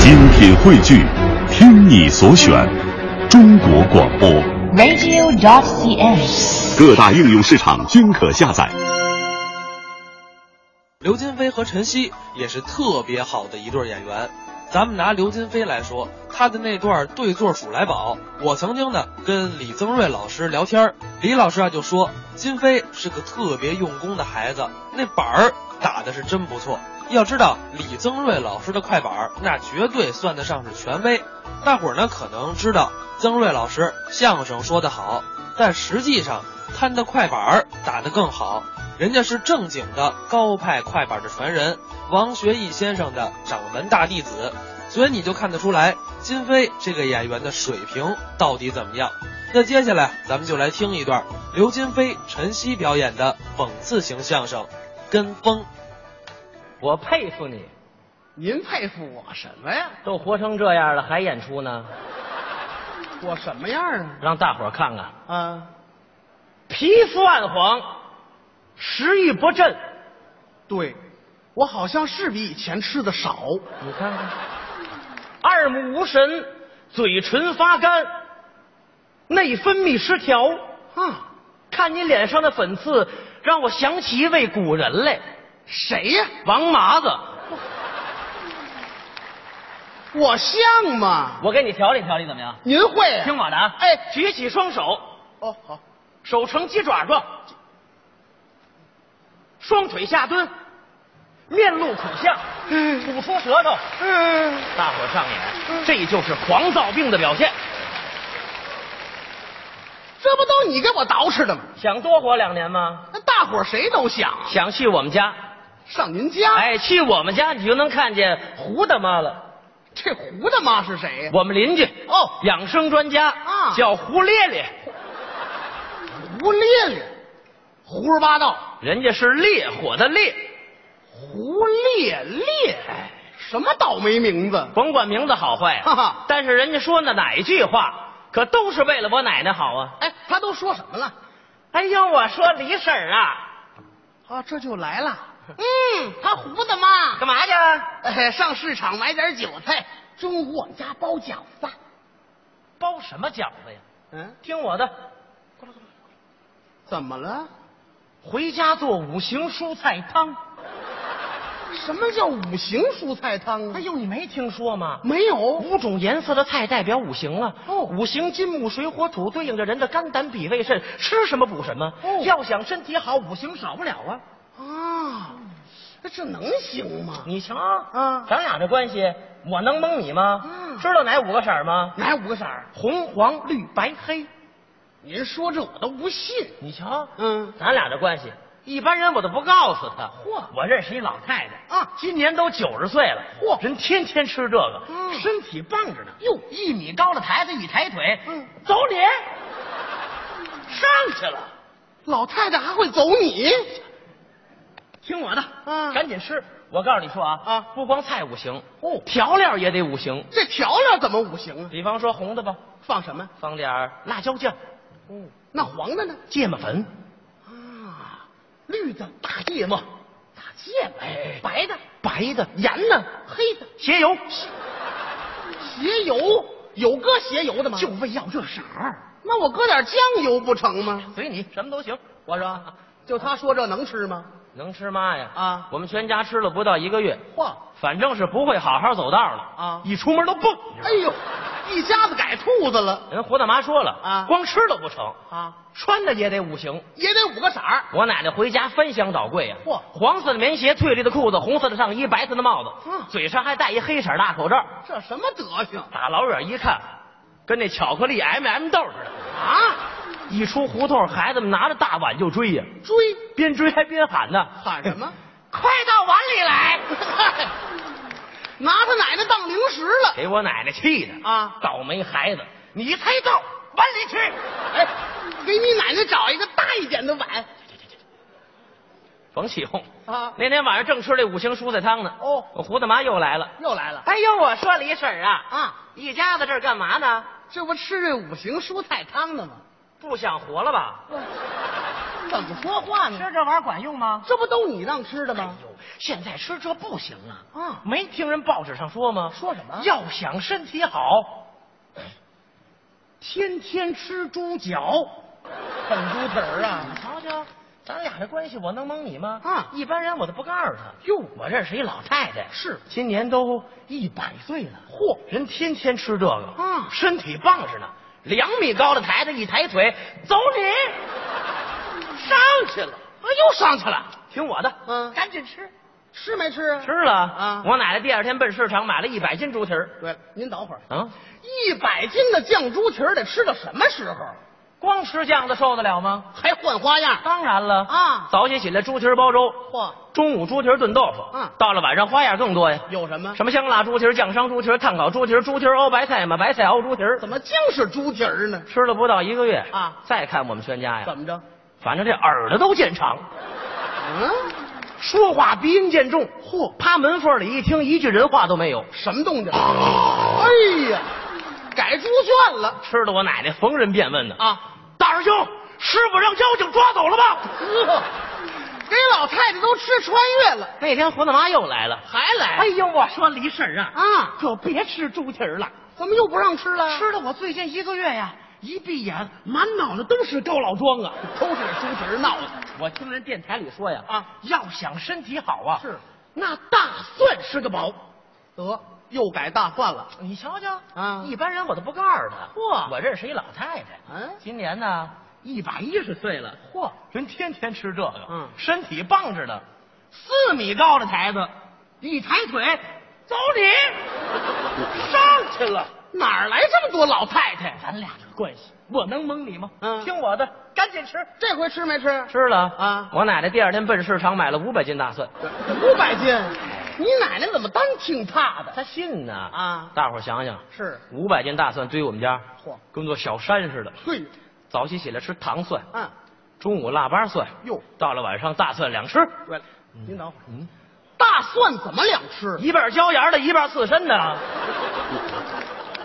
精品汇聚，听你所选，中国广播。 radio.cn。各大应用市场均可下载。刘金飞和陈曦也是特别好的一对演员。咱们拿刘金飞来说，他的那段对座数来宝，我曾经呢跟李增瑞老师聊天儿，李老师啊就说金飞是个特别用功的孩子，那板儿打的是真不错。要知道李增瑞老师的快板儿，那绝对算得上是权威。大伙儿呢可能知道曾瑞老师相声说得好，但实际上他的快板儿打得更好。人家是正经的高派快板的传人，王学义先生的掌门大弟子，所以你就看得出来金飞这个演员的水平到底怎么样。那接下来咱们就来听一段刘金飞、陈曦表演的讽刺型相声《跟风》。我佩服你，您佩服我什么呀？都活成这样了还演出呢，我什么样啊？让大伙儿看看，啊，皮肤暗黄，食欲不振。对，我好像是比以前吃的少。你看看，二目无神，嘴唇发干，内分泌失调。啊，看你脸上的粉刺，让我想起一位古人来，谁呀、王麻子。我像吗？我给你调理调理，怎么样？您会啊？听我的啊！哎举起双手，哦，好，手呈鸡爪状，双腿下蹲，面露苦相，吐出舌头，嗯，大伙儿上演，这就是狂躁病的表现。这不都你给我捯饬的吗？想多活两年吗？那大伙儿谁都想啊想去我们家？上您家。，哎，去我们家你就能看见胡大妈了，这胡大妈是谁呀？我们邻居哦养生专家啊叫胡烈烈，胡咧咧，胡说八道，人家是烈火的烈，胡咧咧，什么倒霉名字？甭管名字好坏、啊哈哈但是人家说的哪一句话，可都是为了我奶奶好啊。哎，他都说什么了？哎呦，我说李婶儿啊，啊，这就来了。嗯，他胡大妈干嘛去？呃哎，上市场买点韭菜，中午我们家包饺子。包什么饺子呀？嗯，听我的，怎么了？回家做五行蔬菜汤。什么叫五行蔬菜汤啊？哎，呦，你没听说吗？没有，五种颜色的菜代表五行啊。哦五行金木水火土对应着人的肝胆脾胃肾，吃什么补什么。哦要想身体好，五行少不了啊。啊，那这能行吗？你瞧，啊咱俩这关系，我能蒙你吗？嗯知道哪五个色儿吗？哪有五个色儿？红、黄、绿、白、黑。您说这我都不信。你瞧，嗯咱俩这关系，一般人我都不告诉他。嚯我认识一老太太啊今年都九十岁了，嚯人天天吃这个，嗯身体棒着呢。哟，一米高的台子一抬腿，嗯走你， 上去了，老太太还会走你？听我的，嗯赶紧吃。我告诉你说啊，啊不光菜五行，哦调料也得五行。这调料怎么五行啊？比方说红的吧，放什么？放点儿辣椒酱、哦，那黄的呢？芥末粉、啊，绿的、大芥末、大芥末，哎白的、白的、盐呢、黑的。鞋油。鞋油有搁鞋油的吗？就为要这色儿。那我搁点酱油不成吗？随你，什么都行。我说就他说这能吃吗？能吃嘛呀？啊我们全家吃了不到一个月，嚯！反正是不会好好走道了啊一出门都蹦。哎呦，一家子改兔子了人胡大妈说了啊光吃都不成，啊！穿的也得五行。也得五个色儿。我奶奶回家翻箱倒柜呀、嚯黄色的棉鞋，翠绿的裤子，红色的上衣，白色的帽子，嗯嘴上还戴一黑色大口罩。这什么德行打老远一看，跟那巧克力 M、m 豆似的。啊？一出胡同，孩子们拿着大碗就追呀，追边追还边喊呢，喊什么？ 快到碗里来！ 拿他奶奶当零食了。给我奶奶气的啊倒霉孩子，你才到碗里去！哎，给你奶奶找一个大一点的碗。甭起哄啊那天晚上正吃这五行蔬菜汤呢。哦我胡大妈又来了。又来了，哎呦，我说李婶儿啊，啊，一家子这儿干嘛呢？这不吃这五行蔬菜汤呢吗？不想活了吧？怎么说话呢？吃这玩意儿管用吗？哎这不都你让吃的吗？呦，现在吃这不行啊！啊，没听人报纸上说吗？说什么要想身体好，天天吃猪脚，啃猪蹄儿啊！你瞧瞧，咱俩这关系，我能蒙你吗？啊一般人我都不告诉他。哟我认识一老太太，是今年都一百岁了，嚯，人天天吃这个，啊身体棒着呢，两米高的台子一抬腿，走你，上去了，啊，又上去了，听我的，嗯赶紧吃，吃没吃啊？吃了啊我奶奶第二天奔市场买了一百斤猪蹄儿，对了，您等会儿，啊，一百斤的酱猪蹄儿得吃到什么时候？光吃酱子受得了吗？还换花样？当然了，啊早起起来猪蹄儿煲粥，嚯，中午猪蹄儿炖豆腐，嗯到了晚上花样更多呀。有啊什么？什么香辣猪蹄儿、酱香猪蹄儿、炭烤猪蹄儿、猪蹄儿熬白菜嘛，白菜熬猪蹄儿，怎么净是猪蹄儿呢？吃了不到一个月啊再看我们全哎家呀，怎么着？反正这耳朵都见长，嗯，说话鼻音见重，嚯，趴门缝里一听一句人话都没有，什么动静？啊哎呀，改猪圈了吃的我奶奶逢人便问呢。啊！大师兄，师傅让妖精抓走了吧？呵，给老太太都吃穿越了，那天胡大妈又来了，还来？哎呦，我说李婶儿啊，啊，可别吃猪蹄儿了，怎么又不让吃了？吃的我最近一个月呀，一闭眼满脑子都是高老庄啊。都是猪蹄儿闹的。我听人电台里说呀，啊，要想身体好啊，是那大蒜是个宝。得，又改大蒜了。你瞧瞧啊一般人我都不告诉他。嚯我认识一老太太，嗯今年呢一百一十岁了，嚯，人天天吃这个，嗯身体棒着呢，四米高的台子，一抬腿，走你，上去了。哪儿来这么多老太太？咱俩这关系，我能蒙你吗？嗯听我的，赶紧吃。这回吃没吃？吃了啊我奶奶第二天奔市场买了五百斤大蒜，五百斤，你奶奶怎么单听他的？她信呢啊大伙儿想想，是，五百斤大蒜堆我们家，嚯跟座小山似的。嘿，早起起来吃糖蒜，嗯，中午腊八蒜，哟到了晚上大蒜两吃，对了，您等会儿，嗯，大蒜怎么两吃？一半椒盐的，一半刺身的，啊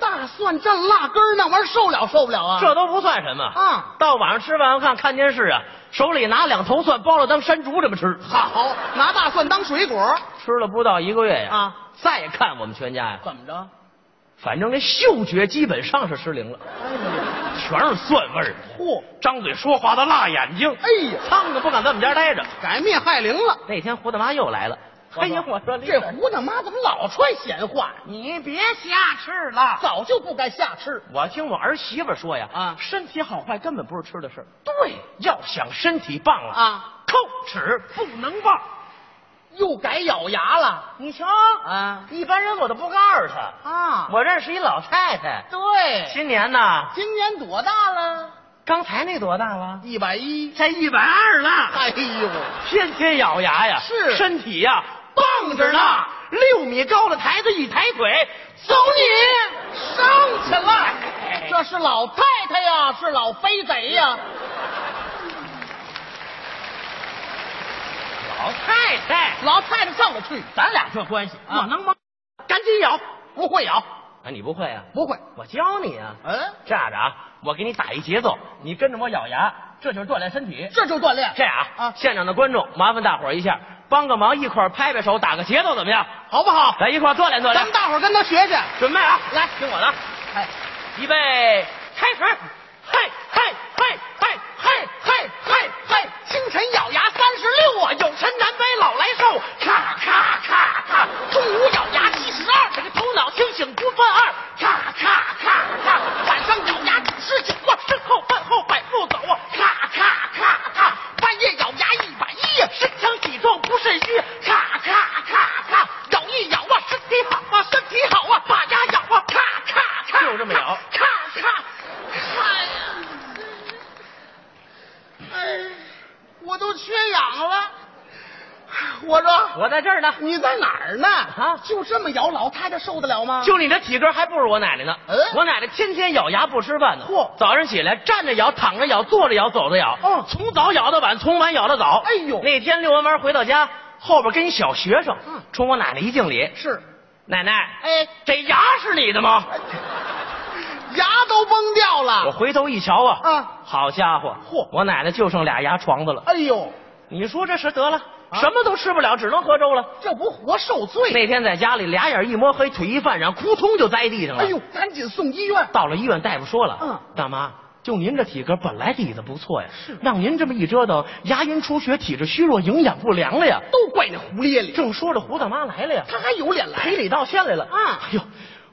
大蒜蘸辣根儿那玩意儿受了受不了啊？这都不算什么啊到晚上吃完饭看电视啊，手里拿两头蒜包了当山竹这么吃，好，拿大蒜当水果，吃了不到一个月呀啊，再看我们全家呀，怎么着？反正这嗅觉基本上是失灵了，哎呀，全是蒜味儿，嚯，张嘴说话都辣眼睛，哎呀，苍蝇不敢在我们家待着。改灭害灵了。那天胡大妈又来了，哎呀，我说这胡大妈怎么老串闲话？你别瞎吃了早就不该瞎吃。我听我儿媳妇说呀，啊身体好坏根本不是吃的事儿，对，要想身体棒啊，啊，叩齿不能忘。又改咬牙了你瞧，啊一般人我都不告诉他。啊！我认识一老太太，对，今年呢，今年多大了？刚才那多大了？一百一。才一百二了，啊哎呦，天天咬牙呀，是身体呀棒着呢，六米高的台子一抬腿，走你上去了！哎这是老太太呀，是老飞贼呀！老太太，老太太上得去，咱俩这关系，啊我能吗？赶紧咬！不会咬，啊，你不会啊？不会。我教你啊。嗯，这样的啊，我给你打一节奏，你跟着我咬牙，这就是锻炼身体。这就锻炼。这样啊，啊现场的观众麻烦大伙儿一下，帮个忙，一块儿拍拍手，打个节奏，怎么样？好不好？咱一块儿锻炼锻咱炼。们大伙儿跟他学学。准备啊，来听我的啊，哎，预备，开始！嘿嘿嘿嘿嘿嘿嘿嘿！清晨咬牙三十六啊，有神南北老来瘦，咔咔咔咔！中午咬牙七十二，这个头脑清醒不犯二，咔咔咔咔！晚上咬牙九十九啊，身后饭后百步走啊，咔咔咔咔！半夜咬牙一百一啊，身强体壮不肾虚，咔咔咔咔！咬一咬啊，身体好啊，身体好啊，把牙咬啊，咔咔咔！就这么咬，咔咔。哎呀，哎，我都缺氧了。我说，我在这儿呢，你在哪儿呢？啊就这么咬老太太受得了吗？就你这体格还不如我奶奶呢。嗯我奶奶天天咬牙不吃饭呢。嚯早上起来站着咬，躺着咬，坐着咬，走着咬。嗯从早咬到晚，从晚咬到早。哎呦那天遛完弯回到家，后边跟一小学生，嗯冲我奶奶一敬礼，是，奶奶，哎，这牙是你的吗？牙都崩掉我了。回头一瞧啊，啊好家伙，嚯我奶奶就剩俩牙床子了。哎呦，你说这是得了，啊什么都吃不了，只能喝粥了。这不活受罪？那天在家里，俩眼一摸黑，腿一犯软，扑通就栽地上了。哎呦，，赶紧送医院。到了医院，大夫说了，嗯大妈，就您这体格，本来底子不错呀，让您这么一折腾，牙龈出血，体质虚弱，营养不良了呀。都怪那狐狸里，正说着，胡大妈来了呀，他还有脸来赔？礼道歉来了。啊哎呦，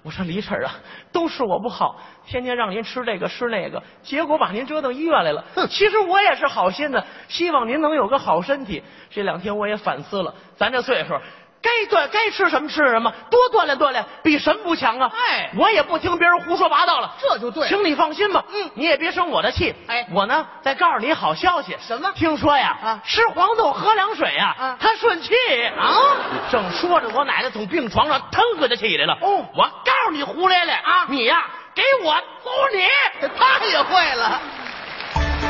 我说李婶儿啊，都是我不好，天天让您吃这个吃那个，结果把您折腾医院来了。哼其实我也是好心的，希望您能有个好身体。这两天我也反思了，咱这岁数。该锻该吃什么吃什么，多锻炼锻炼，比什么不强啊！哎我也不听别人胡说八道了，这就对了请你放心吧，嗯你也别生我的气。哎我呢，再告诉你好消息。什么听说呀，啊吃黄豆喝凉水呀、啊它顺气啊。正说着，我奶奶从病床上腾个就起来了。哦我告诉你，胡咧咧啊，你呀、给我揍你！他也会了。